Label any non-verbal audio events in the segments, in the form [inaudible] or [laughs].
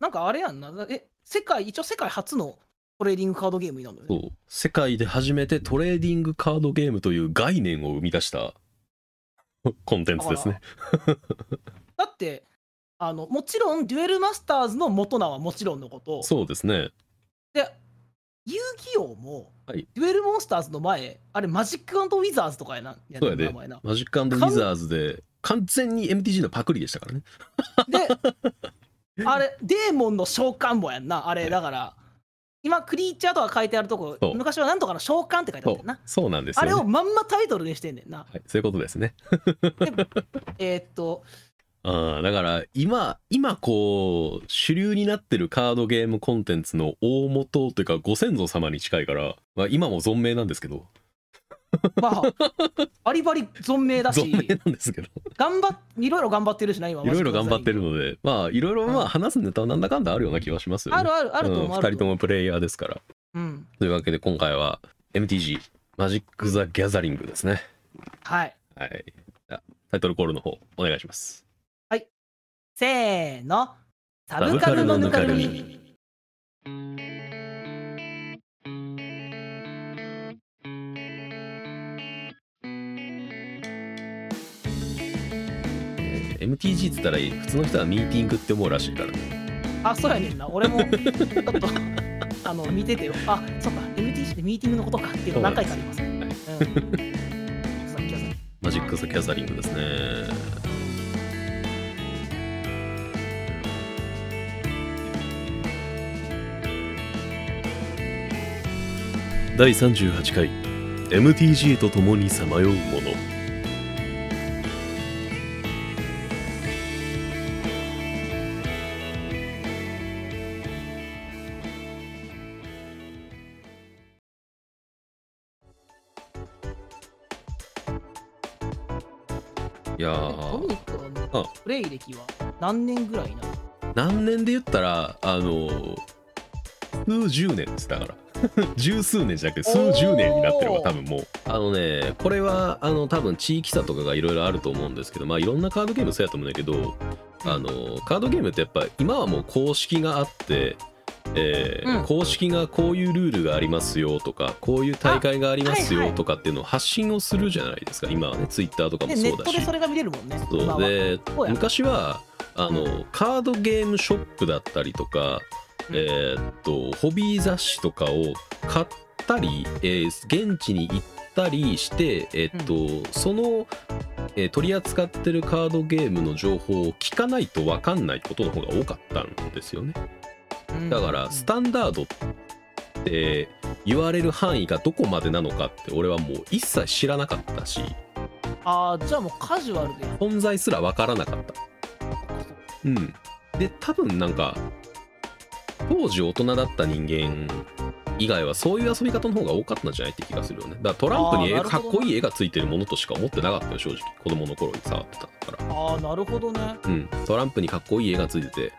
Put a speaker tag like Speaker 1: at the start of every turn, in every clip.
Speaker 1: なんかあれやんな。え、世界、一応世界初のトレーディングカードゲームになるの
Speaker 2: そ
Speaker 1: ね。
Speaker 2: う世界で初めてトレーディングカードゲームという概念を生み出した [laughs] コンテンツですね。
Speaker 1: だって、あの、もちろん、デュエルマスターズの元名はもちろんのこと、
Speaker 2: そうですね。
Speaker 1: で、遊戯王も、
Speaker 2: はい
Speaker 1: デュエルモンスターズの前、あれ、マジックウィザーズとかやな。や
Speaker 2: そうやで
Speaker 1: 名前な。
Speaker 2: マジックウィザーズで完全に MTG のパクリでしたからね。
Speaker 1: で、あれ、デーモンの召喚簿やんな。あれ、だから、今、クリーチャーとか書いてあるとこ
Speaker 2: そ、う
Speaker 1: 昔はなんとかの召喚って書いてあ
Speaker 2: そ
Speaker 1: ったよ
Speaker 2: う
Speaker 1: な。
Speaker 2: そうなんです
Speaker 1: あ
Speaker 2: よ、ね。
Speaker 1: れをまんまタイトルにしてんねんな。
Speaker 2: はい、そういうことですね。
Speaker 1: えーっと、
Speaker 2: あーだから今今こう主流になってるカードゲームコンテンツの大元というかご先祖様に近いから、まあ、今も存命なんですけど [laughs]
Speaker 1: まあ、バリバリ存命だ
Speaker 2: 存命
Speaker 1: し、
Speaker 2: なんですけ
Speaker 1: [laughs]
Speaker 2: ど
Speaker 1: 頑張っいろいろ頑張ってるしな、今。
Speaker 2: いろいろ頑張ってる
Speaker 1: マジ
Speaker 2: のでまあいろいろま
Speaker 1: うん
Speaker 2: あ話すネタはなんだかんだあるような気はします
Speaker 1: ッ
Speaker 2: よ
Speaker 1: ク
Speaker 2: ね。
Speaker 1: あるあるあると
Speaker 2: うん
Speaker 1: 思う。
Speaker 2: 2人ともプレイヤーですから。
Speaker 1: うん。
Speaker 2: というわけで今回は MTG マジック・ザ・ギャザリングですね。
Speaker 1: はい。
Speaker 2: はい、あタイトルコールの方お願いします。
Speaker 1: せーの。サブカルのぬかるみ。
Speaker 2: MTG っつったら普通の人はミーティングって思うらしいからね。
Speaker 1: あ、そうやねんな。俺も、ちょっと、 [laughs] あの、見ててよ。あ、そっか、MTC でミーティングのことかっていうの何回かありますね。うん。さっきはさ
Speaker 2: マジック・ザ・ギャザリングですね。第38回 MTG と共にさまようものいや
Speaker 1: ドミ
Speaker 2: ー
Speaker 1: ニックのねプレイ歴は何年ぐらいなの
Speaker 2: 何年で言ったらあの数十年ですだから [laughs] 十数年じゃなくて数十年になってるわ
Speaker 1: おー
Speaker 2: 多分もうあのねこれはあの多分地域差とかがいろいろあると思うんですけどまあいろんなカードゲームそうやと思うんだけどあのカードゲームってやっぱ今はもう公式があって、えー
Speaker 1: うん
Speaker 2: 公式がこういうルールがありますよとかこういう大会があります
Speaker 1: あはい
Speaker 2: よ
Speaker 1: はい
Speaker 2: とかっていうのを発信をするじゃないですか今はねツイッターとかも
Speaker 1: で、ネ
Speaker 2: そ
Speaker 1: ッ
Speaker 2: うだ
Speaker 1: ト
Speaker 2: し
Speaker 1: でそれが見れるもんね。今
Speaker 2: そう
Speaker 1: は
Speaker 2: で
Speaker 1: そうや
Speaker 2: 昔はあのカードゲームショップだったりとか、
Speaker 1: うん
Speaker 2: えーっとホビー雑誌とかを買ったり、えー現地に行ったりして、えーっとその、えー取り扱ってるカードゲームの情報を聞かないと分かんないことの方が多かったんですよね。
Speaker 1: うん
Speaker 2: だからスタンダードって言われる範囲がどこまでなのかって俺はもう一切知らなかったし
Speaker 1: あーじゃあもうカジュアルでやる
Speaker 2: 存在すら分からなかった。うん、で多分なんか当時大人だった人間以外はそういう遊び方の方が多かったんじゃないって気がするよねだからトランプに絵
Speaker 1: あーなる
Speaker 2: か
Speaker 1: ほ
Speaker 2: っ
Speaker 1: どね
Speaker 2: こいい絵がついてるものとしか思ってなかったよ正直子供の頃に触ってたから
Speaker 1: ああなるほどね
Speaker 2: うんトランプにかっこいい絵がついてて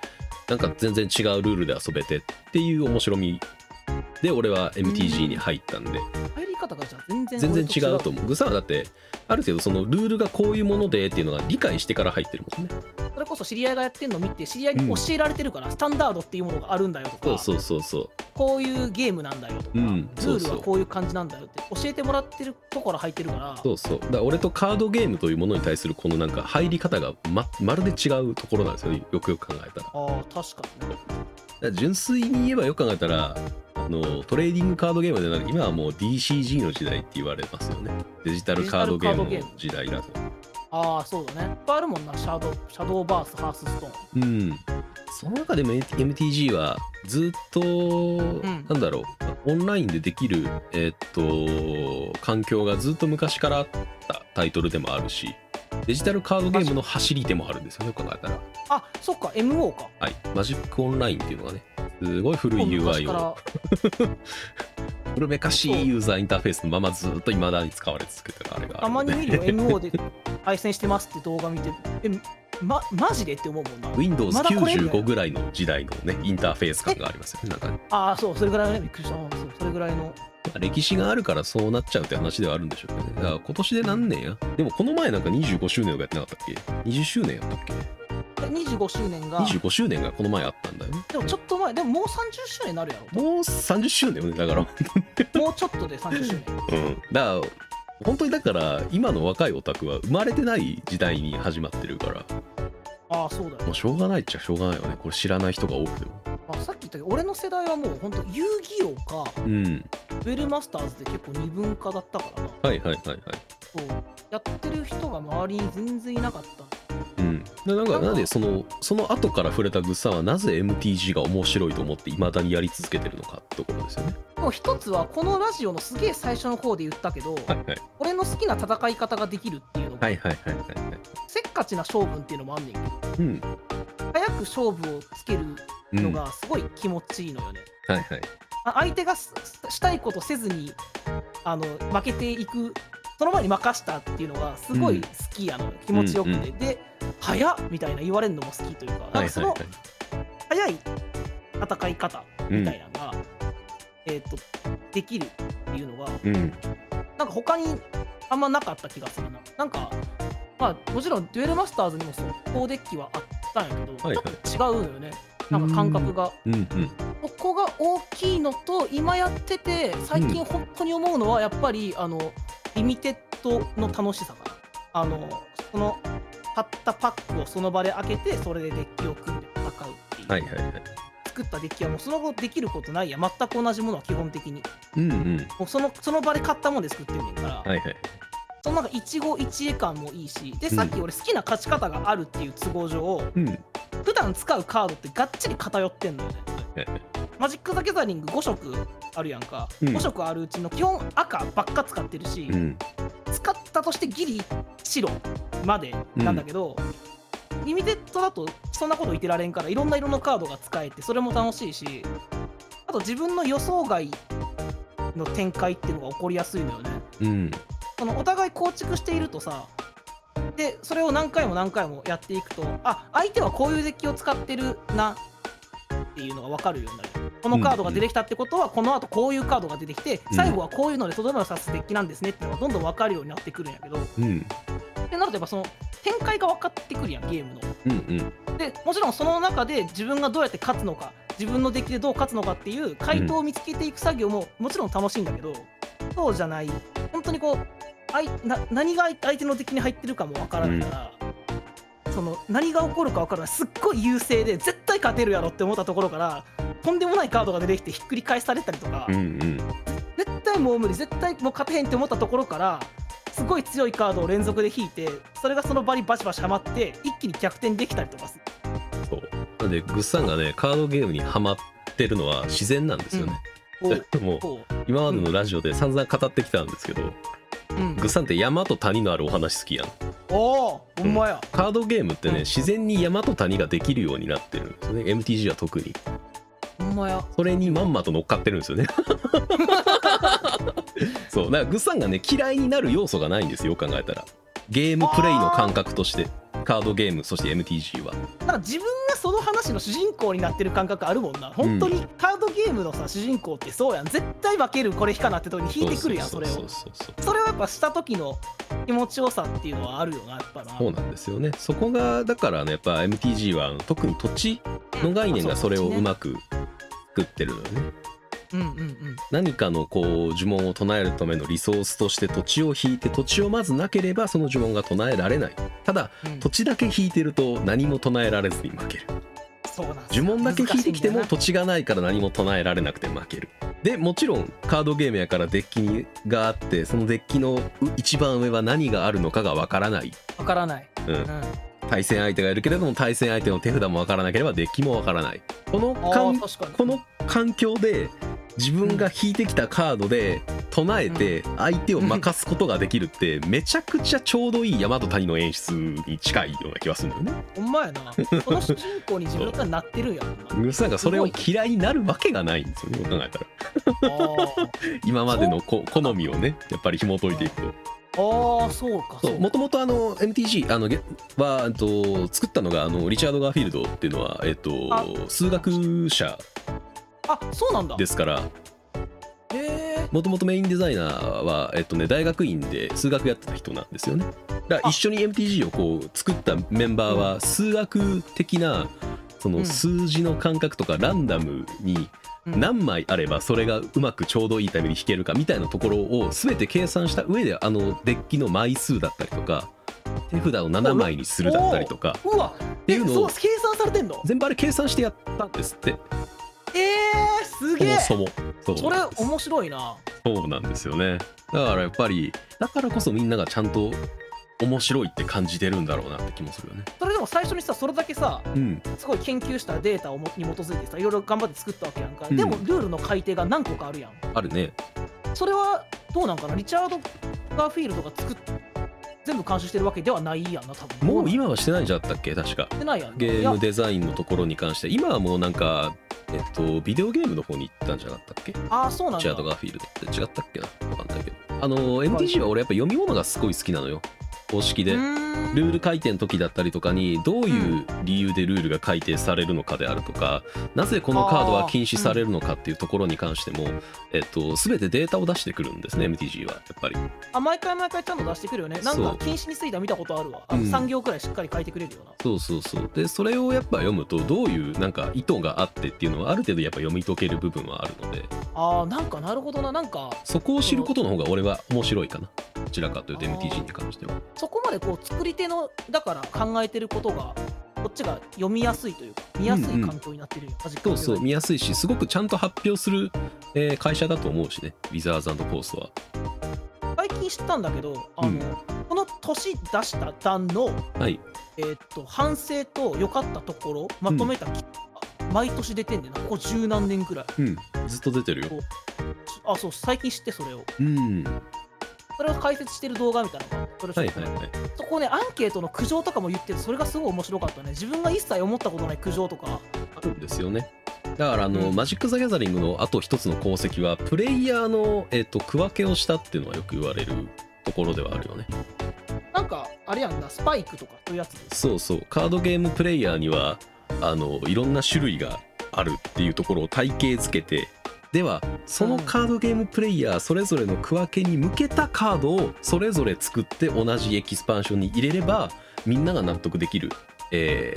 Speaker 2: なんか全然違うルールで遊べてっていう面白みで俺は MTG に入ったんで
Speaker 1: 入り方がじゃあ全然
Speaker 2: 全然違う
Speaker 1: 俺
Speaker 2: と思うグサはだってある程度そのルールがこういうものでっていうのが理解してから入ってるもんね
Speaker 1: それこそ知り合いがやってるのを見て知り合いに教えられてるから、スタンダードっていうものがあるんだよとか
Speaker 2: そうそうそうそう
Speaker 1: こういうゲームなんだよとか、
Speaker 2: うん
Speaker 1: ル
Speaker 2: そう
Speaker 1: ー
Speaker 2: そう
Speaker 1: ルはこういう感じなんだよって教えてもらってるところ入ってるから
Speaker 2: そうそうだから俺とカードゲームというものに対するこのなんか入り方がままるで違うところなんですよねよくよく考えたらだか
Speaker 1: ああ確かにね
Speaker 2: ら純粋に言えばよく考えたらあのトレーディングカードゲームでなく今はもう DCG の時代って言われますよねデジタルカードゲームの時代だと
Speaker 1: ああそうだねいっぱいあるもんなシャドウシャドウバースハースストーン
Speaker 2: うんその中でも MTG はずっと、
Speaker 1: ん
Speaker 2: なんだろうオンラインでできるえーっと環境がずっと昔からあったタイトルでもあるしデジタルカードゲームの走りでもあるんですよねよく考えたら
Speaker 1: あそっか MO か
Speaker 2: はい、マジックオンラインっていうのがね、すごい古い
Speaker 1: 昔
Speaker 2: UI
Speaker 1: か
Speaker 2: を、
Speaker 1: ら
Speaker 2: 古めかしいユーザーインターフェースのままずっと未だに使われ続けてるあれがあ
Speaker 1: た
Speaker 2: る
Speaker 1: ま
Speaker 2: ので
Speaker 1: に見るよ MO で対戦してますって動画見てえまマジでって思うもんな
Speaker 2: Windows
Speaker 1: まだこれみたいな
Speaker 2: 95ぐらいの時代のね、インターフェース感がありますよね。なんか、ま
Speaker 1: ああそうそれぐらいのねびっくりしたうんそうそれぐらいの
Speaker 2: あ歴史があるからそうなっちゃうって話ではあるんでしょうけどね。だから今年で何年やでもこの前なんか25周年とかやってなかったっけ ?20 周年やったっけ
Speaker 1: 25周年が
Speaker 2: 25周年がこの前あったんだよね
Speaker 1: でもちょっと前でももう30周年になるやろ
Speaker 2: もう30周年よねだから
Speaker 1: もうちょっとで30周年
Speaker 2: うん、 [laughs] だから本当にだから今の若いオタクは生まれてない時代に始まってるから
Speaker 1: ああそうだよ
Speaker 2: もうしょうがないっちゃしょうがないよねこれ知らない人が多くても
Speaker 1: まあ、さっき言ったけど俺の世代はもう本当遊戯王か
Speaker 2: うん
Speaker 1: ウェルマスターズで結構二分化だったからな
Speaker 2: はいはいはいはい
Speaker 1: そうやってる人が周りに全然いなかった
Speaker 2: うんでなんかなんでそのその後から触れたグッさんはなぜ MTG が面白いと思っていまだにやり続けてるのかってところですよね
Speaker 1: もう一つはこのラジオのすげえ最初の方で言ったけど、
Speaker 2: はいはい
Speaker 1: 俺の好きな戦い方ができるっていうのが、
Speaker 2: はいはいはいはいはい
Speaker 1: せっかちな勝負っていうのもあんねんけど
Speaker 2: うん
Speaker 1: 早く勝負をつける
Speaker 2: うん
Speaker 1: の
Speaker 2: は
Speaker 1: がすごい気持ちいいのよね、
Speaker 2: いはい
Speaker 1: あ相手がすしたいことせずにあの負けていくその前に任したっていうのがすご
Speaker 2: うん
Speaker 1: い好きやの、気持ちよくて、
Speaker 2: うんう
Speaker 1: で早っみたいな言われるのも好きというか,、
Speaker 2: はいはい
Speaker 1: そ
Speaker 2: は
Speaker 1: の早い戦い方
Speaker 2: い
Speaker 1: みたいなのが、えー、とできるっていうのが
Speaker 2: うんうん
Speaker 1: なんか他にあんまなかった気がするななんかまあもちろんデュエルマスターズにも速攻デッキはあったんやけど、
Speaker 2: はいはい
Speaker 1: ちょっと違うのよねなんか感覚が。
Speaker 2: うんうん
Speaker 1: ここが大きいのと今やってて最近本当に思うのはやっぱり、あのリミテッドの楽しさかなあのその買ったパックをその場で開けてそれでデッキを組んで戦うっていう、
Speaker 2: はいはいはい
Speaker 1: 作ったデッキはもうその後できることないや全く同じものは基本的に
Speaker 2: うんうん
Speaker 1: もうそのその場で買ったもんで作ってんねんから、
Speaker 2: はいはい
Speaker 1: そのなんか一期一会感もいいしでさっき俺好きな勝ち方があるっていう都合上、
Speaker 2: うんはい
Speaker 1: 普段使うカードってがっちり偏ってんのよね
Speaker 2: はいはい
Speaker 1: マジック・ザ・ギャザリング5色あるやんか、
Speaker 2: うん
Speaker 1: 5色あるうちの基本赤ばっか使ってるし、
Speaker 2: うん
Speaker 1: 使ったとしてギリ白までなんだけど、リミテッドだとそんなこと言ってられんからいろんな色のカードが使えてそれも楽しいしあと自分の予想外の展開っていうのが起こりやすいのよね
Speaker 2: うん
Speaker 1: そのお互い構築しているとさでそれを何回も何回もやっていくとあ相手はこういうデッキを使ってるなっていうのが分かるようになるこのカードが出てきたってことは、このあとこういうカードが出てきて
Speaker 2: ん
Speaker 1: 最後はこういうのでとどめを刺すデッキなんですねっていうのがどんどん分かるようになってくるんやけど
Speaker 2: うん
Speaker 1: でなるとやっぱその展開が分かってくるやんゲームの。
Speaker 2: うんうん
Speaker 1: でもちろんその中で自分がどうやって勝つのか自分のデッキでどう勝つのかっていう回答を見つけていく作業ももちろん楽しいんだけど、そうじゃない本当にこうあいな何が相手のデッキに入ってるかもわからないから、その何が起こるかわからないすっごい優勢で絶対勝てるやろって思ったところからとんでもないカードが出てきてひっくり返されたりとか、
Speaker 2: うんうん
Speaker 1: 絶対もう無理絶対もう勝てへんって思ったところからすごい強いカードを連続で引いてそれがその場にバシバシはまって一気に逆転できたりとかする。
Speaker 2: そうなんでグッさんがねカードゲームにハマってるのは自然なんですよね、 [laughs] もう
Speaker 1: こう
Speaker 2: 今までのラジオで散々語ってきたんですけど、
Speaker 1: うん
Speaker 2: グッさんって山と谷のあるお話好きやん
Speaker 1: おお、ほんまや。
Speaker 2: カードゲームってね、
Speaker 1: うん
Speaker 2: 自然に山と谷ができるようになってるんですよね MTG は特に
Speaker 1: ほんまや。
Speaker 2: それにまんまと乗っかってるんで
Speaker 1: [laughs]
Speaker 2: すよねそうだからグッさんがね嫌いになる要素がないんですよよく考えたらゲームプレイの感覚としてカードゲームそして MTG は
Speaker 1: なんか自分がその話の主人公になってる感覚あるもんな。本当にカードゲームのさ、主人公ってそうやん。絶対負けるこれ引かなって時に引いてくるやん、それを
Speaker 2: そう。そうそうそう
Speaker 1: それをやっぱした時の気持ちよさっていうのはあるよな、やっぱな。
Speaker 2: そうなんですよねそこがだからねやっぱ MTG はあの特に土地の概念がそれをうまく作ってるのよね
Speaker 1: うんうんうん。
Speaker 2: 何かのこう呪文を唱えるためのリソースとして土地を引いて土地をまずなければその呪文が唱えられないただ
Speaker 1: うん
Speaker 2: 土地だけ引いてると何も唱えられずに負ける
Speaker 1: そうなんですよ
Speaker 2: 呪文だけ引いてきても
Speaker 1: 難しいんだよ
Speaker 2: 土地がないから何も唱えられなくて負けるでもちろんカードゲームやからデッキにがあってそのデッキの一番上は何があるのかがわからない、
Speaker 1: なわからない。
Speaker 2: うん
Speaker 1: うん。
Speaker 2: 対戦相手がいるけれども対戦相手の手札もわからなければデッキもわからないこの
Speaker 1: あ
Speaker 2: 環
Speaker 1: ー確かに。
Speaker 2: この環境で自分が引いてきたカードで唱えて相手を負かすことができるってめちゃくちゃちょうどいい山と谷の演出に近いような気がするんだよね。
Speaker 1: ほんまやな。この主人公に自分がなってるやんな。
Speaker 2: グッさんがそれを嫌いになるわけがないんですよねよく考えたら
Speaker 1: あー
Speaker 2: 今までのこ好みをねやっぱり紐解いていくと。
Speaker 1: あー、そうか。
Speaker 2: そうもともとあの MTG あのげはえっと作ったのがあのリチャード・ガーフィールドっていうのは、えっ
Speaker 1: あ
Speaker 2: と、数学者
Speaker 1: あ、そうなんだ。へ
Speaker 2: ですから
Speaker 1: え。
Speaker 2: もともとメインデザイナーは、えっとね、大学院で数学やってた人なんですよね。だから一緒に MTG をこう作ったメンバーは数学的なそ
Speaker 1: うん
Speaker 2: の数字の感覚とかランダムに
Speaker 1: うん
Speaker 2: 何枚あればそれがうまくちょうどいいタイミングで弾けるかみたいなところを全て計算した上であのデッキの枚数だったりとか手札を7枚にするだったりとか
Speaker 1: うわ
Speaker 2: って
Speaker 1: え
Speaker 2: いうの
Speaker 1: そう
Speaker 2: を
Speaker 1: 計算されてんの
Speaker 2: 全部あれ計算してやったんですって
Speaker 1: えー、すげえ
Speaker 2: そもそも
Speaker 1: それ
Speaker 2: なんです
Speaker 1: 面白いな
Speaker 2: そうなんですよねだからやっぱりだからこそみんながちゃんと面白いって感じてるんだろうなって気もするよね
Speaker 1: それでも最初にさそれだけさ
Speaker 2: うん
Speaker 1: すごい研究したデータをもに基づいてさいろいろ頑張って作ったわけやんか、
Speaker 2: うん
Speaker 1: でもルールの改定が何個かあるやん
Speaker 2: あるね
Speaker 1: それはどうなんかなリチャード・ガーフィールドが作っ全部監修してるわけではないやんな多分
Speaker 2: もう今はしてないんじゃったっけ確か
Speaker 1: やってないやん
Speaker 2: ゲ
Speaker 1: い
Speaker 2: ー
Speaker 1: や
Speaker 2: ムデザインのところに関して今はもうなんかえっとビデオゲームの方に行ったんじゃなかったっけ
Speaker 1: ああそうなん
Speaker 2: チ
Speaker 1: だ
Speaker 2: ャード・ガーフィールドって違ったっけなわかんないけどあの MTG は俺やっぱ読み物がすごい好きなのよ公式で
Speaker 1: うーん
Speaker 2: ルール改定の時だったりとかにどういう理由でルールが改定されるのかであるとかなぜこのカードは禁止されるのかっていうところに関しても、えっと、全てデータを出してくるんですね MTG はやっぱり
Speaker 1: あ毎回毎回ちゃんと出してくるよねなん
Speaker 2: そ
Speaker 1: か
Speaker 2: う
Speaker 1: 禁止については見たことあるわあの
Speaker 2: うん
Speaker 1: 3行くらいしっかり書いてくれるような、
Speaker 2: そうそうそうでそれをやっぱ読むとどういうなんか意図があってっていうのはある程度やっぱ読み解ける部分はあるので
Speaker 1: ああなんかなるほどななんか
Speaker 2: そこを知ることの方が俺は面白いかなどちらかというと MTG に関しては
Speaker 1: そこまでこう作り手のだから考えてることがこっちが読みやすいというか見やすい環境になってるよ、う
Speaker 2: そうそう見やすいしすごくちゃんと発表する、えー会社だと思うしねウィザーズコーストは
Speaker 1: 最近知ったんだけどあの、
Speaker 2: うん
Speaker 1: この年出した段の、
Speaker 2: はい
Speaker 1: えーっと反省と良かったところまとめた記事が毎年出てんねんなここ十何年くらい
Speaker 2: うんずっと出てるよ
Speaker 1: あそう最近知ってそれを
Speaker 2: うん
Speaker 1: それを解説してる動画みたいなのがそれを知
Speaker 2: は
Speaker 1: っ
Speaker 2: い
Speaker 1: て
Speaker 2: はいはい
Speaker 1: そこねアンケートの苦情とかも言っててそれがすごい面白かったね自分が一切思ったことない苦情とか
Speaker 2: あるんですよねだからあの、
Speaker 1: うん
Speaker 2: マジック・ザ・ギャザリングのあと一つの功績はプレイヤーの、えっと区分けをしたっていうのはよく言われるところではあるよね
Speaker 1: なんかあれやんなスパイクとかそういうやつ
Speaker 2: そうそうカードゲームプレイヤーにはあのいろんな種類があるっていうところを体系づけてではそのカードゲームプレイヤーそれぞれの区分けに向けたカードをそれぞれ作って同じエキスパンションに入れればみんなが納得できる、え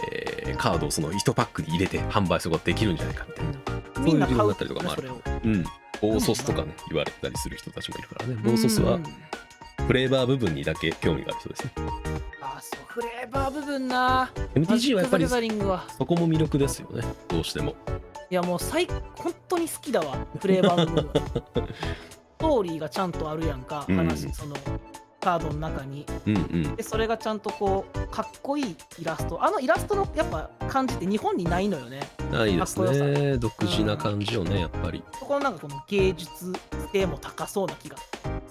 Speaker 2: ーカードをその1パックに入れて販売することができるんじゃないかみたいな。
Speaker 1: みんな買
Speaker 2: そう
Speaker 1: う
Speaker 2: いう理由だったりとかもあ
Speaker 1: そ
Speaker 2: る
Speaker 1: れを
Speaker 2: うん暴走とかね言われたりする人たちもいるからね暴走
Speaker 1: う
Speaker 2: は
Speaker 1: ん
Speaker 2: フレーバー部分にだけ興味があるそうですね
Speaker 1: あそうフレーバー部分な
Speaker 2: MTG はやっ
Speaker 1: マジックザ
Speaker 2: ぱり
Speaker 1: ギャザリングは
Speaker 2: そこも魅力ですよねどうしても
Speaker 1: いやもう最本当に好きだわフレーバー
Speaker 2: [laughs]
Speaker 1: 部分ストーリーがちゃんとあるやんか
Speaker 2: うん
Speaker 1: 話、そのカードの中に
Speaker 2: うんうん
Speaker 1: でそれがちゃんとこうかっこいいイラストあのイラストのやっぱ感じって日本にないのよね
Speaker 2: ないです
Speaker 1: かっこよ
Speaker 2: ね独自な感じよねやっぱり
Speaker 1: そこのなんかこの芸術性も高そうな気が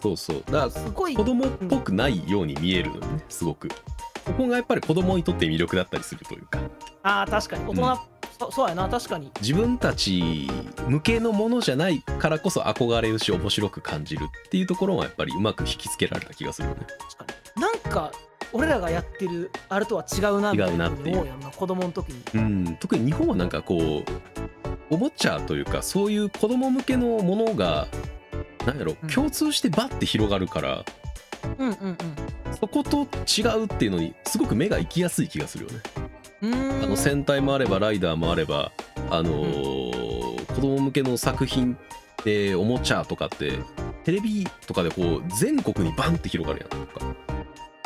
Speaker 2: そうそうだか
Speaker 1: すごい
Speaker 2: ら子供っぽくないように見えるのよねすごくそこがやっぱり子供にとって魅力だったりするというか
Speaker 1: あー確かに大人、
Speaker 2: うん
Speaker 1: そそうやな確かに
Speaker 2: 自分たち向けのものじゃないからこそ憧れるし面白く感じるっていうところはやっぱりうまく引きつけられた気がするよね
Speaker 1: 確かになんか俺らがやってるあれとは違うなみたいなふうに思うやんな子供の時に
Speaker 2: うん特に日本はなんかこうおもちゃというかそういう子供向けのものがなんやろ
Speaker 1: うん
Speaker 2: 共通してバッて広がるから、
Speaker 1: うんうんうん
Speaker 2: そこと違うっていうのにすごく目が行きやすい気がするよね
Speaker 1: うーん
Speaker 2: あの戦隊もあればライダーもあれば、あのー子供向けの作品でおもちゃとかってテレビとかでこう全国にバンって広がるやんなんか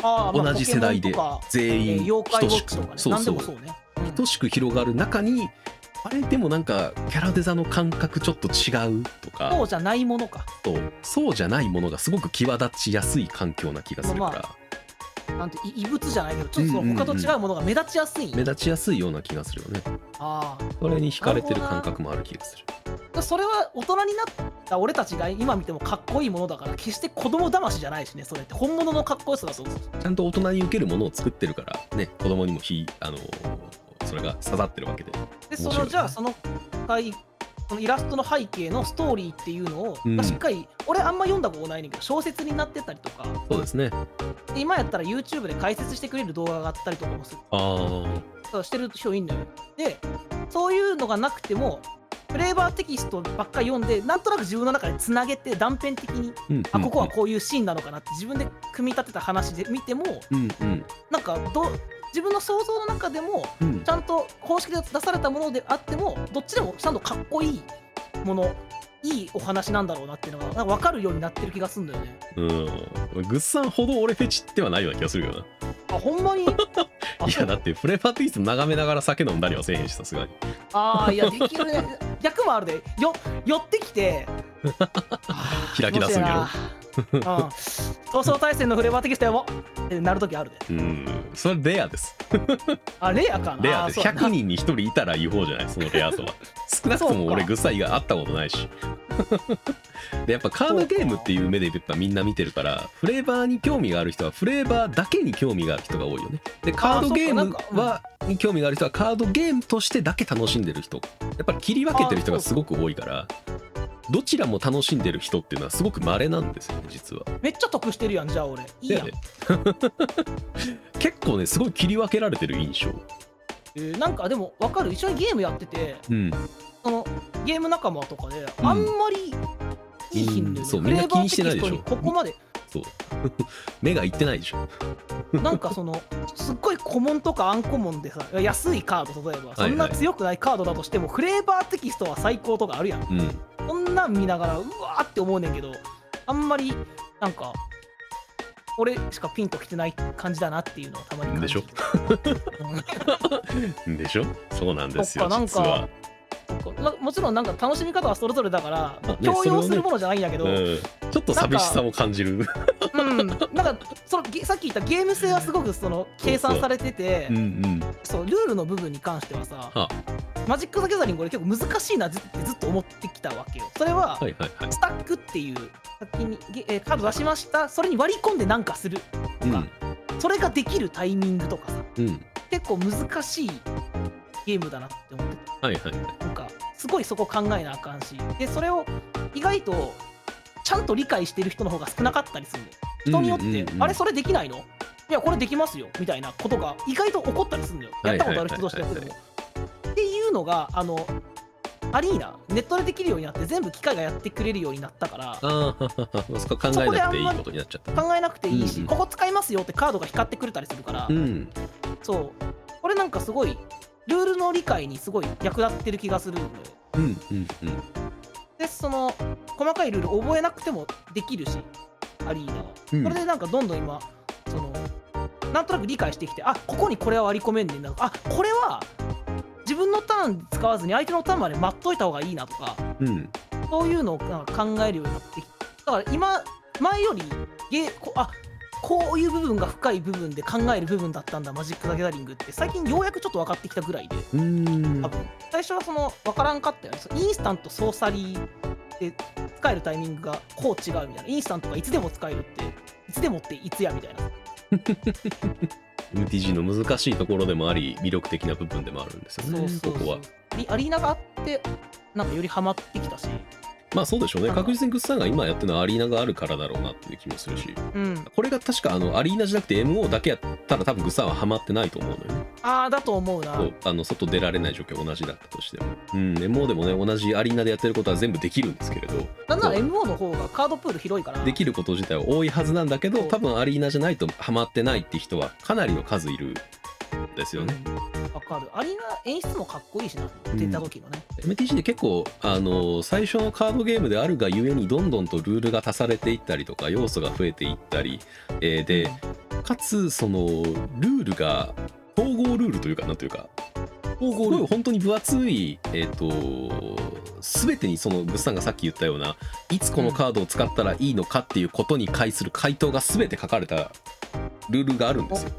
Speaker 1: あーまあ
Speaker 2: 同じ世代で
Speaker 1: ポケモンとか
Speaker 2: 全
Speaker 1: えー
Speaker 2: 員
Speaker 1: 妖怪ウォ
Speaker 2: 等し
Speaker 1: ッ
Speaker 2: く
Speaker 1: チとかね
Speaker 2: そう
Speaker 1: 何で
Speaker 2: そう
Speaker 1: もそうね、うん
Speaker 2: 等しく広がる中にあれでもなんかキャラデザの感覚ちょっと違う
Speaker 1: そ
Speaker 2: とか
Speaker 1: うじゃないものか
Speaker 2: そうそうじゃないものがすごく際立ちやすい環境な気がするから、
Speaker 1: まあまなんてい異物じゃないけどちょっとそ
Speaker 2: うんうんう
Speaker 1: の
Speaker 2: ん
Speaker 1: 他と違うものが目立ちやすい、
Speaker 2: 目立ちやすいような気がするよね
Speaker 1: あ
Speaker 2: それに惹かれてる感覚もある気がする
Speaker 1: あそれは大人になった俺たちが今見てもかっこいいものだから決して子供騙しじゃないしねそれって本物のかっこよさだそうです
Speaker 2: ちゃんと大人に受けるものを作ってるからね子供にもひあのーそれが刺さってるわけで
Speaker 1: で
Speaker 2: 面
Speaker 1: そ
Speaker 2: 白い
Speaker 1: のじゃあその回そのイラストの背景のストーリーっていうのを、
Speaker 2: うん
Speaker 1: がしっかり俺あんま読んだことないねんけど小説になってたりとか
Speaker 2: そうですね
Speaker 1: で今やったら YouTube で解説してくれる動画があったりとかもする
Speaker 2: ああ
Speaker 1: そうしてる人いんのよでそういうのがなくてもフレーバーテキストばっかり読んでなんとなく自分の中でつなげて断片的に
Speaker 2: うんうん
Speaker 1: あここはこういうシーンなのかなって自分で組み立てた話で見ても
Speaker 2: うんうん
Speaker 1: なんかど自分の想像の中でも
Speaker 2: うん
Speaker 1: ちゃんと公式で出されたものであってもどっちでもちゃんとかっこいいものいいお話なんだろうなっていうのがなんか分かるようになってる気がするんだよね。
Speaker 2: うんグッさんほど俺フェチってはないような気がするよな
Speaker 1: あほんまにあ
Speaker 2: い
Speaker 1: そ
Speaker 2: や
Speaker 1: う
Speaker 2: だってフレーバーテキスト眺めながら酒飲んだりはせえへんしさすがに
Speaker 1: [laughs] あーいやできるね [laughs] 逆もあるでよ寄ってき [laughs] て
Speaker 2: 開き出すんや
Speaker 1: ろ [laughs] うん闘争対戦のフレーバーテキストやもってなる時あるで
Speaker 2: ろうんそれレアです
Speaker 1: あレアかな
Speaker 2: レア
Speaker 1: あ
Speaker 2: で
Speaker 1: ー
Speaker 2: す
Speaker 1: そうだな
Speaker 2: 100人に1人いたら違法じゃないそ [laughs] のレアさは少なくと
Speaker 1: そ
Speaker 2: も
Speaker 1: う
Speaker 2: 俺
Speaker 1: か
Speaker 2: グッサン以外会ったことないし [laughs] でやっぱカードゲームっていう目でやっぱみんな見てるからフレーバーに興味がある人はフレーバーだけに興味がある人が多いよねでカードゲー
Speaker 1: あーそ
Speaker 2: ム
Speaker 1: っかなん
Speaker 2: はに興味がある人はカードゲームとしてだけ楽しんでる人やっぱり切り分けてる人がすごく多いからどちらも楽しんでる人っていうのはすごく稀なんですよね実は
Speaker 1: めっちゃ得してるやんじゃあ俺いいやん、
Speaker 2: だよね [laughs] 結構ねすごい切り分けられてる印象
Speaker 1: えーなんかでも分かる一緒にゲームやってて
Speaker 2: うん
Speaker 1: そのゲーム仲間とかで
Speaker 2: ん
Speaker 1: あんまりいい日んだよね、
Speaker 2: うんそう
Speaker 1: フ
Speaker 2: みん
Speaker 1: レ
Speaker 2: な
Speaker 1: ー
Speaker 2: 気
Speaker 1: バー
Speaker 2: に
Speaker 1: テ
Speaker 2: して
Speaker 1: キ
Speaker 2: ない
Speaker 1: ス
Speaker 2: で
Speaker 1: ト
Speaker 2: しょ
Speaker 1: にここま
Speaker 2: [laughs]
Speaker 1: で
Speaker 2: そう目がいってないでしょ
Speaker 1: なんかそのすっごいコモンとかアンコモンでさ安いカード例えばそん
Speaker 2: は
Speaker 1: ない
Speaker 2: はい
Speaker 1: 強くないカードだとしても、フレーバーテキストは最高とかあるやん
Speaker 2: うん
Speaker 1: こんなん見ながらうわーって思うねんけどあんまりなんか俺しかピンときてない感じだなっていうのをたまに感じる
Speaker 2: でし
Speaker 1: [laughs]
Speaker 2: でしょそうなんです
Speaker 1: そ
Speaker 2: よ
Speaker 1: っかなんか
Speaker 2: 実は、
Speaker 1: そうかなもちろんなんか楽しみ方はそれぞれだから、
Speaker 2: まあね
Speaker 1: 強
Speaker 2: それは
Speaker 1: 要
Speaker 2: ね
Speaker 1: するものじゃないんだけ
Speaker 2: う
Speaker 1: ど、
Speaker 2: ん、ちょっと寂しさを感じる
Speaker 1: うん、なんかそのげさっき言ったゲーム性はすごくその計算されてて
Speaker 2: うんうん
Speaker 1: そうルールの部分に関してはさ
Speaker 2: は
Speaker 1: マジック・ザ・ギャザリング俺結構難しいなずってずっと思ってきたわけよそれは、
Speaker 2: はいはいはい
Speaker 1: スタックっていう先にげえーカード出しましたそれに割り込んでなんかする
Speaker 2: うん
Speaker 1: それができるタイミングとかさ
Speaker 2: うん
Speaker 1: 結構難しいゲームだなって思って
Speaker 2: はいはいはい
Speaker 1: なんかすごいそこ考えなあかんしでそれを意外とちゃんと理解してる人の方が少なかったりするのよ人によって、
Speaker 2: うんうんうん
Speaker 1: あれそれできないのいやこれできますよみたいなことが意外と起こったりするのよやったことある人同士でやってても。っていうのがあのアリーナネットでできるようになって全部機械がやってくれるようになったから
Speaker 2: ああーそこ考えなくていいことになっちゃった
Speaker 1: 考えなくていいし、
Speaker 2: うんうん
Speaker 1: ここ使いますよってカードが光ってくれたりするから、
Speaker 2: うん
Speaker 1: そうこれなんかすごいルールの理解にすごい役立ってる気がするのよ。
Speaker 2: うんうんうん
Speaker 1: でその細かいルール覚えなくてもできるしアリーナは、
Speaker 2: うん
Speaker 1: それでなんかどんどん今そのなんとなく理解してきてあここにこれは割り込めんねんなとかあこれは自分のターン使わずに相手のターンまで待っといた方がいいなとか
Speaker 2: うん
Speaker 1: そういうのをなんか考えるようになってきてだから今前よりゲーこあこういう部分が深い部分で考える部分だったんだマジック・ザ・ギャザリングって最近ようやくちょっと分かってきたぐらいで
Speaker 2: うん
Speaker 1: 多分最初はその分からんかったよねそのインスタント操作リーで使えるタイミングがこう違うみたいなインスタントがいつでも使えるっていつでもっていつやみたいな
Speaker 2: MTG の難しいところでもあり魅力的な部分でもあるんですよねここは
Speaker 1: リアリーナがあってなんかよりハマってきたし
Speaker 2: まあそうでしょうね
Speaker 1: なんか
Speaker 2: 確実にグッさんが今やってるのはアリーナがあるからだろうなっていう気もするし
Speaker 1: うん
Speaker 2: これが確かあのアリーナじゃなくて MO だけやったら多分グッさんはハマってないと思うのよね
Speaker 1: ああだと思うな
Speaker 2: そうあの外出られない状況同じだったとしても、うん、MO でもね同じアリーナでやってることは全部できるんですけれど
Speaker 1: なんなら MO の方がカードプール広いから
Speaker 2: できること自体は多いはずなんだけど
Speaker 1: そう
Speaker 2: 多分アリーナじゃないとハマってないって人はかなりの数いるんですよね。
Speaker 1: うんわかるアリーナ演出もかっこいいしな
Speaker 2: うん
Speaker 1: 出た時のね、
Speaker 2: MTG で結構あの最初のカードゲームであるがゆえにどんどんとルールが足されていったりとか要素が増えていったり、えーでかつそのルールが統合ルールというかなんというか
Speaker 1: うん、
Speaker 2: すごい本当に分厚い、えっと全てにそのグッさんがさっき言ったようないつこのカードを使ったらいいのかっていうことに対する回答が全て書かれたルールがあるんですよ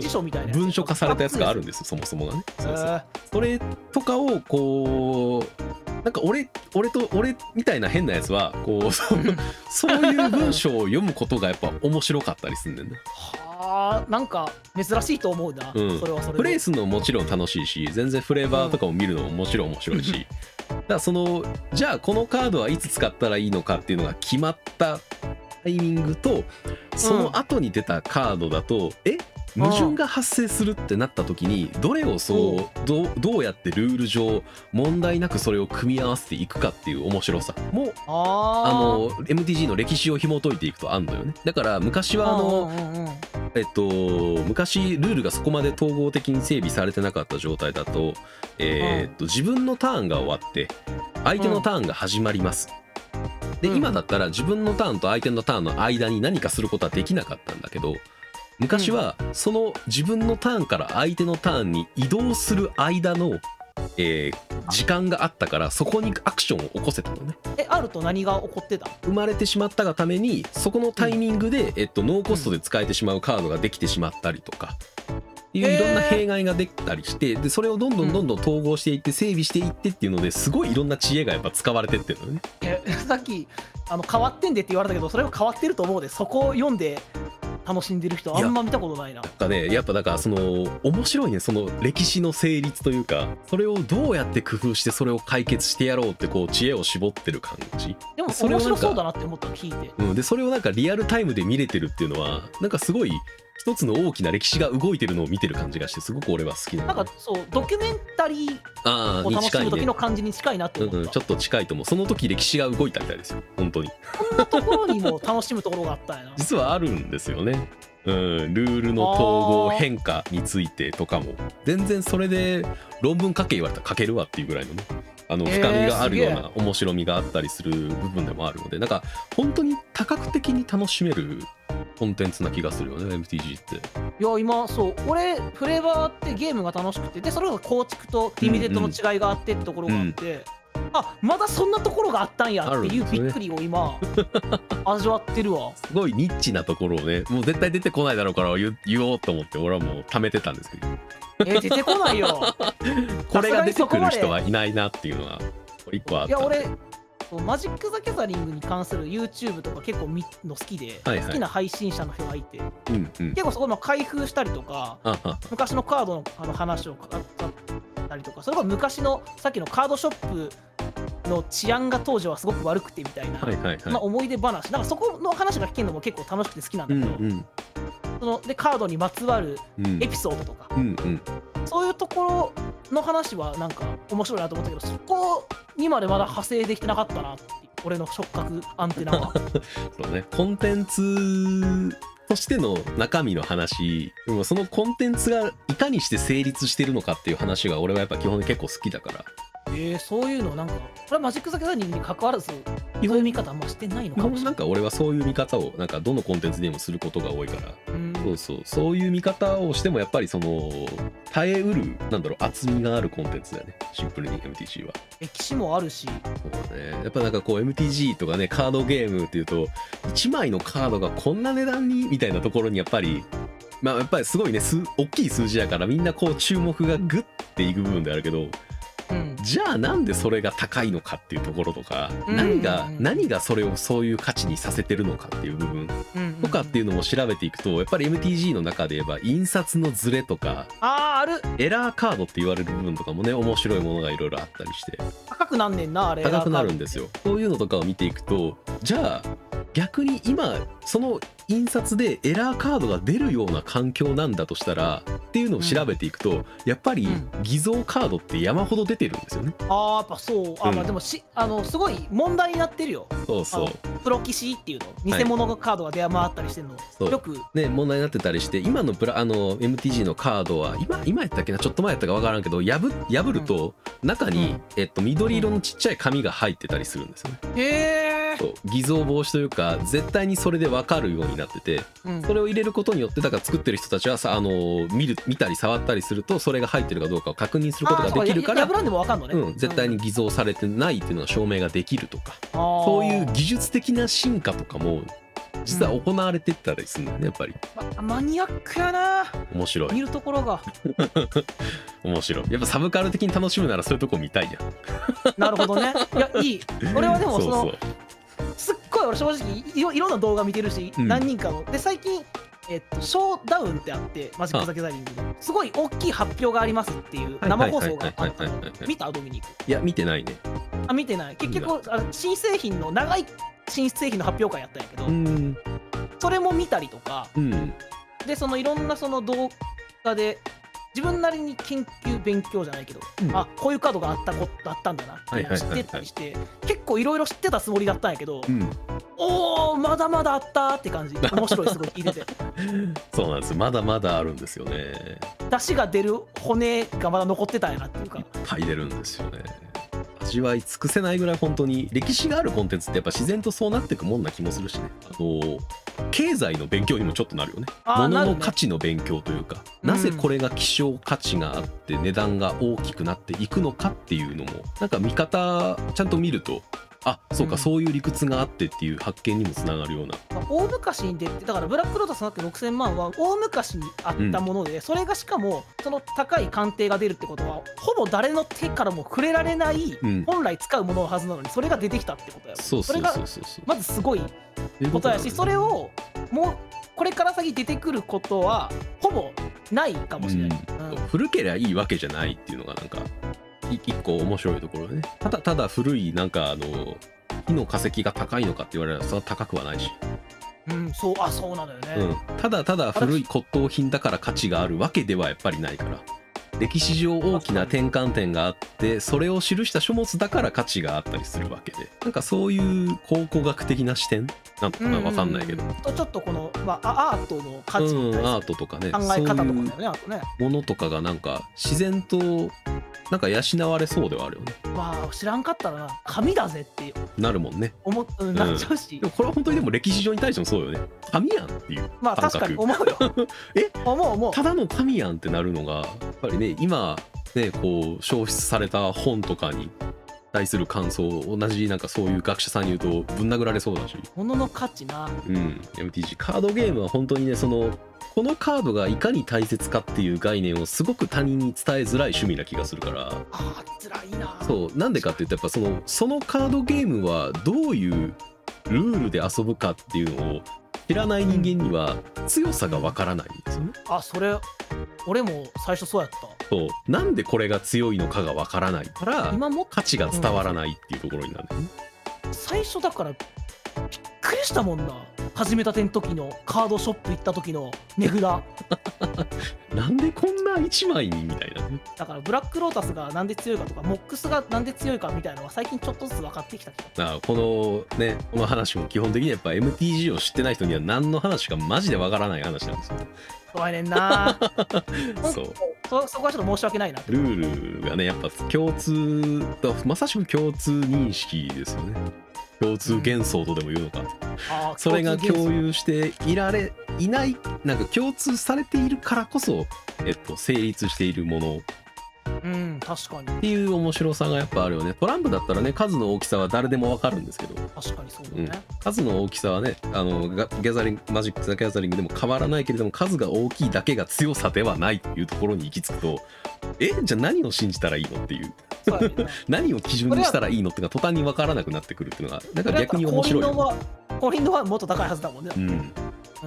Speaker 1: 辞書みたいな
Speaker 2: 文書化されたやつがあるん
Speaker 1: で
Speaker 2: ですよそもそもがね
Speaker 1: す
Speaker 2: そうそうそれとかをこうなんか俺俺と俺みたいな変なやつは [laughs] こうそう
Speaker 1: うん
Speaker 2: そういう文章を読むことがやっぱ面白かったりすんねんね
Speaker 1: はあなんか珍しいと思うな、
Speaker 2: うん
Speaker 1: それはそれで
Speaker 2: プレイするのももちろん楽しいし全然フレーバーとかも見るのももちろん面白いし、だからそのじゃあこのカードはいつ使ったらいいのかっていうのが決まったタイミングとその後に出たカードだと、え矛盾が発生するってなった時にどれをそうどうどうやってルール上問題なくそれを組み合わせていくかっていう面白さも
Speaker 1: あ
Speaker 2: あの MTG の歴史を紐解いていくとあんのよねだから昔
Speaker 1: ー
Speaker 2: はあの
Speaker 1: うんうんうんうん
Speaker 2: えっと昔ルールがそこまで統合的に整備されてなかった状態だと,、えーっと自分のターンが終わって相手のターンが始まります、で
Speaker 1: うん
Speaker 2: 今だったら自分のターンと相手のターンの間に何かすることはできなかったんだけど昔はその自分のターンから相手のターンに移動する間の、えー時間があったからそこにアクションを起こせたのね。
Speaker 1: えあると何が起こってた [laughs]
Speaker 2: 生まれてしまったがためにそこのタイミングで、えっと、ノーコストで使えてしまうカードができてしまったりとか。い
Speaker 1: へ
Speaker 2: う
Speaker 1: ー
Speaker 2: いろんな弊害ができたりしてでそれをどんどんどんどん統合していって整備していってっていうのですごいいろんな知恵がやっぱ使われてってるのね。
Speaker 1: えさっきあの変わってんでって言われたけどそれは変わってると思うでそこを読んで楽しんでる人あんま見たことないな
Speaker 2: なんかねやっぱだからその面白いねその歴史の成立というかそれをどうやって工夫してそれを解決してやろうってこう知恵を絞ってる感じ、
Speaker 1: でも
Speaker 2: それを
Speaker 1: 面
Speaker 2: なんか
Speaker 1: 白そうだなって思ったの聞いて
Speaker 2: うん、でそれをなんかリアルタイムで見れてるっていうのはなんかすごい一つの大きな歴史が動いてるのを見てる感じがしてすごく俺は好きなのね
Speaker 1: なんかそうドキュメンタリー
Speaker 2: ああ
Speaker 1: を
Speaker 2: に
Speaker 1: 楽し
Speaker 2: 近
Speaker 1: む
Speaker 2: い
Speaker 1: 時
Speaker 2: ね
Speaker 1: の感じに近いなって
Speaker 2: う
Speaker 1: 思
Speaker 2: ん
Speaker 1: った、
Speaker 2: うん、ちょっと近いと思うその時歴史が動いたみたいですよ本当に
Speaker 1: こんなところにも楽しむところがあ
Speaker 2: [laughs]
Speaker 1: ったんやな
Speaker 2: 実はあるんですよねうんルールの統合
Speaker 1: あー
Speaker 2: 変化についてとかも全然それで論文書け言われたら書けるわっていうぐらいのねあの
Speaker 1: えー
Speaker 2: 深みがあるような
Speaker 1: す
Speaker 2: 面白みがあったりする部分でもあるのでなんか本当に多角的に楽しめるコンテンツな気がするよね MTG って
Speaker 1: いや今そう俺フレーバーってゲームが楽しくてでそれが構築とリミテッドの違いがあってってところがあって、あまだそんなところがあったんやっていう
Speaker 2: あるんですね
Speaker 1: びっくりを
Speaker 2: [laughs]
Speaker 1: 今味わってるわ
Speaker 2: すごいニッチなところをねもう絶対出てこないだろうから言言おうと思って俺はもう貯めてたんですけど
Speaker 1: えー出てこ
Speaker 2: [laughs]
Speaker 1: ないよ
Speaker 2: これが出てくる人はいないなっていうのは一個あっ
Speaker 1: い
Speaker 2: た
Speaker 1: や俺そうマジック・ザ・ギャザリングに関する YouTube とか結構見るの好きで、
Speaker 2: はいはい
Speaker 1: 好きな配信者の人がいて
Speaker 2: うんうん
Speaker 1: 結構そこの開封したりとか
Speaker 2: ああ
Speaker 1: 昔のカードのあの話を語ったりとかそれこそ昔のさっきのカードショップの治安が当時はすごく悪くてみたいな、
Speaker 2: はいはい
Speaker 1: そんな
Speaker 2: は
Speaker 1: 思い出話なんかそこの話が聞けるのも結構楽しくて好きなん
Speaker 2: い
Speaker 1: だけど、
Speaker 2: ん
Speaker 1: そのでカードにまつわる
Speaker 2: うん
Speaker 1: エピソードとか、
Speaker 2: うんうん
Speaker 1: そういうところの話はなんか面白いなと思ったけどそこにまでまだ派生できてなかったなっていう俺の触覚アンテナ
Speaker 2: [laughs]
Speaker 1: は
Speaker 2: そうねコンテンツとしての中身の話でもそのコンテンツがいかにして成立してるのかっていう話が俺はやっぱ基本結構好きだから
Speaker 1: えー、そういうのなんかこれはマジック・ザ・ギャザリングに関わらずそうい
Speaker 2: 基
Speaker 1: う
Speaker 2: 本
Speaker 1: 見方あんましてないの
Speaker 2: 基
Speaker 1: かも
Speaker 2: 本
Speaker 1: しれ
Speaker 2: な
Speaker 1: なんい
Speaker 2: か俺はそういう見方をなんかどのコンテンツでもすることが多いから
Speaker 1: うん
Speaker 2: そうそうそういう見方をしてもやっぱりその耐えうるなんだろう厚みがあるコンテンツだよねシンプルに MTG は。
Speaker 1: 歴史もあるし
Speaker 2: そうね、やっぱなんかこう MTG とかねカードゲームっていうと1枚のカードがこんな値段にみたいなところにやっぱりまあやっぱりすごいね数大きい数字だからみんなこう注目がグッていく部分であるけど
Speaker 1: うん
Speaker 2: じゃあなんでそれが高いのかっていうところとか
Speaker 1: うん
Speaker 2: 何が何がそれをそういう価値にさせてるのかっていう部分とかっていう
Speaker 1: う
Speaker 2: のも調べていくとやっぱり MTG の中で言えば印刷のズレとか
Speaker 1: んああある
Speaker 2: エラーカードって言われる部分とかもね面白いものがいろいろあったりして。
Speaker 1: 高くなんねんなあれ
Speaker 2: 高くなるんですよそういうのとかを見ていくとじゃあ逆に今その印刷でエラーカードが出るような環境なんだとしたらっていうのを調べていくと、やっぱり
Speaker 1: うん
Speaker 2: 偽造カードって山ほど出てるんですよね。
Speaker 1: ああやっぱそうあ、
Speaker 2: うん
Speaker 1: まあでもしあのすごい問題になってるよ
Speaker 2: そうそう
Speaker 1: プロ棋士っていうの
Speaker 2: はい
Speaker 1: 偽物のカードが出回ったりしてるの、
Speaker 2: そう
Speaker 1: よく
Speaker 2: ね、問題になってたりして今のブラあの MTG のカードは今今やったっけなちょっと前やったか分からんけど破破ると中
Speaker 1: う
Speaker 2: に、
Speaker 1: ん
Speaker 2: えっと、緑色のちっちゃい紙が入ってたりするんですよね。
Speaker 1: へえ、
Speaker 2: そう偽造防止というか絶対にそれで分かるようになってて
Speaker 1: うん
Speaker 2: それを入れることによってだから作ってる人たちはさあの見る見たり触ったりするとそれが入ってるかどうかを確認することができるか
Speaker 1: あーそうやや
Speaker 2: ら
Speaker 1: 破。らんでもわかんのね、
Speaker 2: うん、絶対に偽造されてないっていうのは証明ができるとかそ
Speaker 1: そう
Speaker 2: いう技術的な進化とかも実は行われてったりするんだよねやっぱり
Speaker 1: ま、マニアックやな
Speaker 2: 面白い
Speaker 1: 見るところが
Speaker 2: 面白いやっぱサブカル的に楽しむならそういうとこ見たいじゃ
Speaker 1: なるほどねいやいい俺はでも
Speaker 2: ん
Speaker 1: その
Speaker 2: そうそう
Speaker 1: すっごい俺正直いろいろんな動画見てるし、
Speaker 2: うん
Speaker 1: 何人かので最近えっと、ショーダウンってあってマジック・ザ・ギャザリングですごい大きい発表がありますっていう
Speaker 2: はいは
Speaker 1: 生
Speaker 2: いは
Speaker 1: 放
Speaker 2: いはい
Speaker 1: 送があった
Speaker 2: はいはいはいはい
Speaker 1: の見たドミニク
Speaker 2: いや見てないね
Speaker 1: あ見てない結局あの新製品の長い新製品の発表会やったんやけど、
Speaker 2: うん
Speaker 1: それも見たりとか
Speaker 2: うん
Speaker 1: でそのいろんなその動画で自分なりに研究勉強じゃないけど、
Speaker 2: うん
Speaker 1: あこういうカードがあったことあったんだなっていうのを知ってったりして、結構いろいろ知ってたつもりだったんやけど、
Speaker 2: うん、
Speaker 1: おおまだまだあったーって感じ面白いすごい聞いてて
Speaker 2: そうなんですまだまだあるんですよね
Speaker 1: 出汁が出る骨がまだ残ってたんやなっていう
Speaker 2: いっ
Speaker 1: か
Speaker 2: ぱい出るんですよね味わい尽くせないぐらい本当に歴史があるコンテンツってやっぱ自然とそうなっていくもんな気もするしねあの経済の勉強にもちょっとなるよね
Speaker 1: あー
Speaker 2: 物
Speaker 1: なる
Speaker 2: の
Speaker 1: ね
Speaker 2: 価値の勉強というか
Speaker 1: うん
Speaker 2: なぜこれが希少価値があって値段が大きくなっていくのかっていうのもなんか見方ちゃんと見るとあそうか、
Speaker 1: うん
Speaker 2: そういう理屈があってっていう発見にもつながるような
Speaker 1: 大昔に出てだからブラックロータスになって6000万は大昔にあったもので、それがしかもその高い鑑定が出るってことはほぼ誰の手からも触れられない、
Speaker 2: うん
Speaker 1: 本来使うもののはずなのにそれが出てきたってことやろ
Speaker 2: そうそう
Speaker 1: れが
Speaker 2: そうそうそう
Speaker 1: まずすごい
Speaker 2: いう
Speaker 1: こと
Speaker 2: な
Speaker 1: や
Speaker 2: ん
Speaker 1: し
Speaker 2: だよ
Speaker 1: それをもうこれから先出てくることはほぼないかもしれない、うん
Speaker 2: 古けりゃいいわけじゃないっていうのがなんかい一個面白いところでねただただ古いなんかあの木の化石が高いのかって言われたらそれは高くはないし、
Speaker 1: うんそうあそうなのよね、
Speaker 2: うん、ただただ古い骨董品だから価値があるわけではやっぱりないから歴史上大きな転換点があってそれを記した書物だから価値があったりするわけでなんかそういう考古学的な視点なんとかわかんないけど、
Speaker 1: ううとちょっとこの、まあ、アアートの価値
Speaker 2: う
Speaker 1: み
Speaker 2: ん
Speaker 1: たい
Speaker 2: ア
Speaker 1: な
Speaker 2: ートとかね
Speaker 1: 考え方とかだよ
Speaker 2: そういう
Speaker 1: ね、あとね
Speaker 2: ものとかがなんか自然となんか養われそうではあるよね
Speaker 1: まあ知らんかったらな紙だぜって
Speaker 2: なるもんね
Speaker 1: 思っうんなっちゃうし、
Speaker 2: でもこれは本当にでも歴史上に対してもそうよね神やんっていう
Speaker 1: まあ
Speaker 2: 感
Speaker 1: 確
Speaker 2: 覚
Speaker 1: かに思うよ
Speaker 2: [laughs] え
Speaker 1: 思う思う
Speaker 2: ただの神やんってなるのがやっぱりね今ねこう消失された本とかに対する感想同じなんかそういう学者さんに言うとぶん殴られそうだし
Speaker 1: 物の価値な
Speaker 2: うん MTG カードゲームは本当にねそのこのカードがいかに大切かっていう概念をすごく他人に伝えづらい趣味な気がするから
Speaker 1: あー辛いな
Speaker 2: そうなんでかって言うとやっぱそのそのカードゲームはどういうルールで遊ぶかっていうのを知らない人間には強さがわからないんですよね。
Speaker 1: あそれ俺も最初そうやっ
Speaker 2: そうなんでこれが強いのかがわからない
Speaker 1: た
Speaker 2: から
Speaker 1: 今も
Speaker 2: 価値が伝わらないっていうところになるんだよね。
Speaker 1: 最初だからびっくりしたもんな始めたての時のカードショップ行った時の値札
Speaker 2: なんでこんな1枚にみたいなね。
Speaker 1: だからブラックロータスがなんで強いかとかモックスがなんで強いかみたいなのは最近ちょっとずつ分かってきた気が
Speaker 2: だからこのねこの話も基本的にやっぱ MTG を知ってない人には何の話かマジでわからない話なんですよ。
Speaker 1: 怖いねんな
Speaker 2: [laughs] そう
Speaker 1: そそこはちょっと申し訳ないなって
Speaker 2: ルールがねやっぱ共通まさしく共通認識ですよね共通幻想とでも言うのか、
Speaker 1: あー
Speaker 2: それが
Speaker 1: 共通幻想
Speaker 2: 共有していられいないなんか共通されているからこそ、えっと、成立しているものっ
Speaker 1: うん確かに
Speaker 2: ていう面白さがやっぱあるよねトランプだったらね数の大きさは誰でもわかるんですけど
Speaker 1: 確かにそうだ
Speaker 2: うん
Speaker 1: ね、
Speaker 2: 数の大きさはねあのガギャザリングマジック・ザ・ギャザリングでも変わらないけれども数が大きいだけが強さではないというところに行き着くとえじゃあ何を信じたらいいのっていう
Speaker 1: そうやねんな
Speaker 2: 何を基準にしたらいいのっていうのが途端に分からなくなってくるっていうのがなんか逆に面白
Speaker 1: コ
Speaker 2: い
Speaker 1: リンド
Speaker 2: よね、
Speaker 1: はコリンドはもっと高いはずだもんね。
Speaker 2: うん、
Speaker 1: うん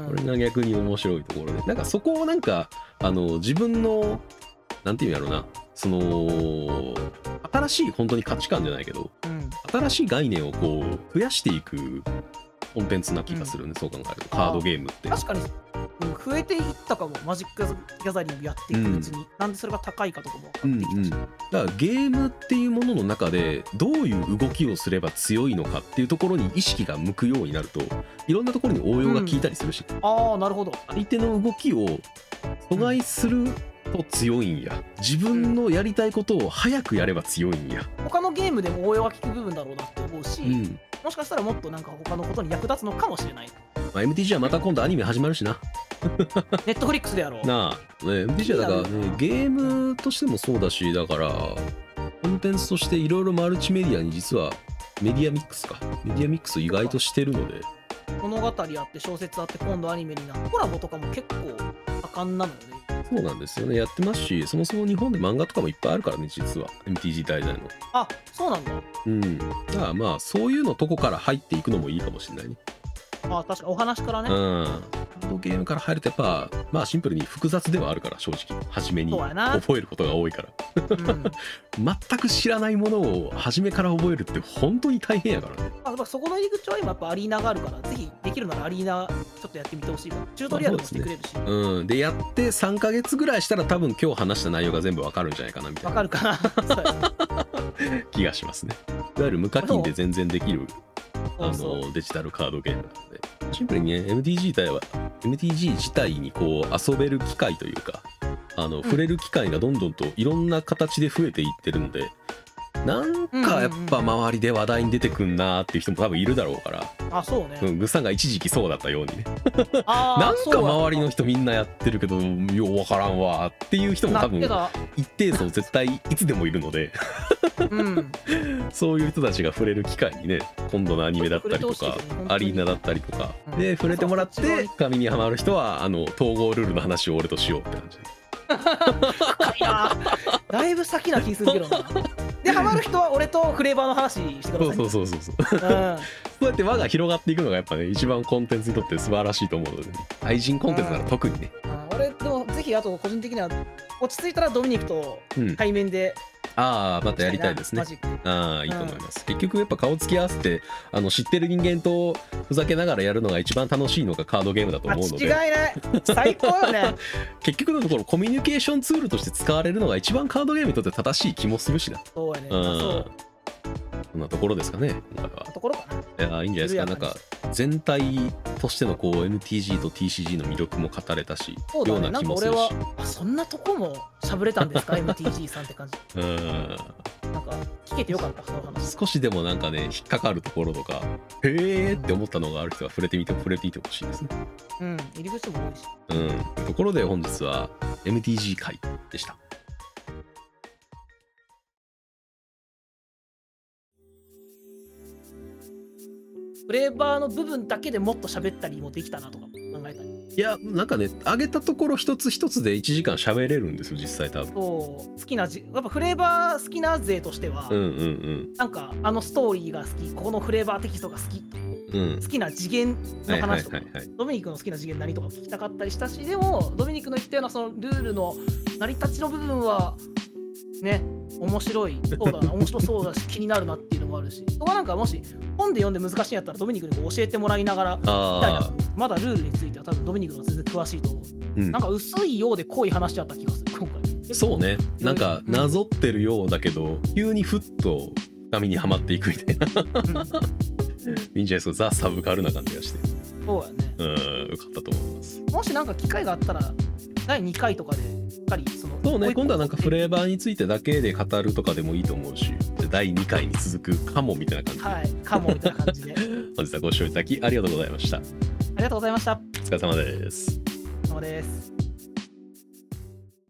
Speaker 2: これが逆に面白いところでなんかそこをなんかあの自分のなんていうんやろうなその新しい本当に価値観じゃないけど
Speaker 1: うん
Speaker 2: 新しい概念をこう増やしていくコンテンツな気がするね、そう考えるとカードゲームって
Speaker 1: 確かに、うん増えていったかも、マジック・ギャザリングやっていくうちに、なんでそれが高いかとかも
Speaker 2: う
Speaker 1: 分
Speaker 2: ん
Speaker 1: かってき
Speaker 2: う
Speaker 1: た
Speaker 2: ん、
Speaker 1: し、
Speaker 2: だからゲームっていうものの中でどういう動きをすれば強いのかっていうところに意識が向くようになるといろんなところに応用が効いたりするし、
Speaker 1: ああ、なるほど。
Speaker 2: 相手の動きを阻害すると強いんや自分のやりたいことを早くやれば強いんや、
Speaker 1: 他のゲームでも応用が利く部分だろうなって思うし、もしかしたらもっとなんか他のことに役立つのかもしれ
Speaker 2: [laughs]
Speaker 1: ない。
Speaker 2: まあ、MTG はまた今度アニメ始まるしな
Speaker 1: ネットフリックスでやろう。
Speaker 2: なあ、ね、MTG はだから、ね、ゲームとしてもそうだしだからコンテンツとしていろいろマルチメディアに実はメディアミックスかメディアミックスを意外としてるので
Speaker 1: 物語あって、小説あって、今度アニメになって、コラボとかも結構盛んなのよね。
Speaker 2: そうなんですよねやってますしそもそも日本で漫画とかもいっぱいあるからね実は MTG 題材の
Speaker 1: あそうなんだ。
Speaker 2: うんだからまあそういうのとこから入っていくのもいいかもしれないね
Speaker 1: あ確かにお話からね。
Speaker 2: うん。カードゲームから入るとやっぱまあシンプルに複雑ではあるから正直初めに
Speaker 1: そうやな
Speaker 2: 覚えることが多いから
Speaker 1: うん
Speaker 2: 全く知らないものを初めから覚えるって本当に大変やからね
Speaker 1: まあ、そこの入り口は今やっぱアリーナがあるから、ぜひでききるならアリーナちょっとやってみてほしいなチュートリアルもしてくれるし、
Speaker 2: うん、でやって3ヶ月ぐらいしたら多分今日話した内容が全部わかるんじゃないかなみた
Speaker 1: わ
Speaker 2: い
Speaker 1: か
Speaker 2: な
Speaker 1: るかなそうやね
Speaker 2: 気がしますねいわゆる無課金で全然できる
Speaker 1: そ
Speaker 2: あ
Speaker 1: うそう
Speaker 2: のデジタルカードゲームなのでシンプルにね MTG 自体は MTG 自体にこう遊べる機会というかあの触れる機会がどんどんといろんな形で増えていってるのでなんかやっぱ周りで話題に出てくんなーっていう人も多分いるだろうから、
Speaker 1: あそうね、
Speaker 2: うん、グッさんが一時期そうだったようにね
Speaker 1: あー
Speaker 2: なん
Speaker 1: そ
Speaker 2: か
Speaker 1: うや
Speaker 2: 周りの人みんなやってるけどようわからんわーっていう人も
Speaker 1: な
Speaker 2: 多
Speaker 1: って
Speaker 2: 分
Speaker 1: た
Speaker 2: 一定数絶対いつでもいるので [laughs]
Speaker 1: うん
Speaker 2: そういう人たちが触れる機会にね今度のアニメだったりと
Speaker 1: 触れ
Speaker 2: か
Speaker 1: てほしいよね本当に
Speaker 2: アリーナだったりとか
Speaker 1: うん
Speaker 2: で触れてもらっ
Speaker 1: そうそうそってち
Speaker 2: 紙にはまる人はあの統合ルールの話を俺としようって感じ
Speaker 1: いやーだいぶ先な気するけどなでハマる人は俺とフレーバーの話してください
Speaker 2: そうそ
Speaker 1: ね
Speaker 2: うそうそうそう
Speaker 1: うん
Speaker 2: そうやって輪が広がっていくのがやっぱね一番コンテンツにとって素晴らしいと思うのでね愛人コンテンツなら特にね
Speaker 1: あー俺でもぜひあと個人的には落ち着いたらドミニクと
Speaker 2: うん
Speaker 1: 対面で
Speaker 2: ああまたやりたいですね
Speaker 1: マジック
Speaker 2: ああいいと思います、結局やっぱ顔つき合わせてあの知ってる人間とふざけながらやるのが一番楽しいのがカードゲームだと
Speaker 1: あ
Speaker 2: 思うの
Speaker 1: 違い
Speaker 2: で
Speaker 1: ない最高よ
Speaker 2: [laughs]
Speaker 1: ね
Speaker 2: 結局のところコミュニケーションツールとして使われるのが一番カードゲームにとって正しい気もするしな
Speaker 1: そうやね
Speaker 2: うん
Speaker 1: そう
Speaker 2: そんなところですかね今回は
Speaker 1: ところかない
Speaker 2: やいいんじゃないですかなんか全体としてのこう MTG と TCG の魅力も語れたし、
Speaker 1: そう
Speaker 2: よう
Speaker 1: だねな
Speaker 2: な
Speaker 1: ん
Speaker 2: 気
Speaker 1: か
Speaker 2: もす
Speaker 1: 俺
Speaker 2: るし
Speaker 1: はあそんなとこもしゃぶれたんですか [laughs] MTG さんって感じ
Speaker 2: うん
Speaker 1: なんか聞けてよかったその話
Speaker 2: 少しでもなんかね引っかかるところとかへえって思ったのがある人は触れてみて触れてみてほしいですね
Speaker 1: うん入り口も多いし
Speaker 2: うん、ところで本日は MTG 会でした。
Speaker 1: フレーバーの部分だけでもっと喋ったりもできたなとか考えたり
Speaker 2: いやなんかね上げたところ一つ一つで1時間喋れるんですよ実際多分。
Speaker 1: そう好きなじやっぱフレーバー好きな勢としては、
Speaker 2: うんうん
Speaker 1: なんかあのストーリーが好きここのフレーバーテキストが好き
Speaker 2: うんうん。
Speaker 1: 好きな次元
Speaker 2: は
Speaker 1: の
Speaker 2: いはい
Speaker 1: 話とか、
Speaker 2: はいはい。
Speaker 1: ドミニクの好きな次元何とか聞きたかったりしたしでもドミニクの言ったようなそのルールの成り立ちの部分はね面白いそうだな面白そうだし気になるなっていうのもある
Speaker 2: [laughs]
Speaker 1: しそこはなんかもし本で読んで難しいんやったらドミニクにこう教えてもらいながらみたいな
Speaker 2: ああ、
Speaker 1: まだルールについては多分ドミニクの方が全然詳しいと思う
Speaker 2: うん
Speaker 1: なん、か薄いようで濃い話だった気がする今回
Speaker 2: そうねなんか
Speaker 1: うん
Speaker 2: なぞってるようだけど急にふっと紙にはまっていくみたいな
Speaker 1: うん、そう
Speaker 2: いいんじゃないですかザ・サブカルな感じがして
Speaker 1: やね
Speaker 2: うんよかったと思います。
Speaker 1: もしなんか機会があったら第2回とかでしっかりその
Speaker 2: そう
Speaker 1: も
Speaker 2: ね
Speaker 1: 一個
Speaker 2: 今度はなんかフレーバーについてだけで語るとかでもいいと思うし第2回に続くかもみたいな感じで
Speaker 1: はいかもみたいな感じであり
Speaker 2: 本日はご視聴いただきありがとうございました。
Speaker 1: がとうございました
Speaker 2: お疲れ様です。
Speaker 1: お疲れ様です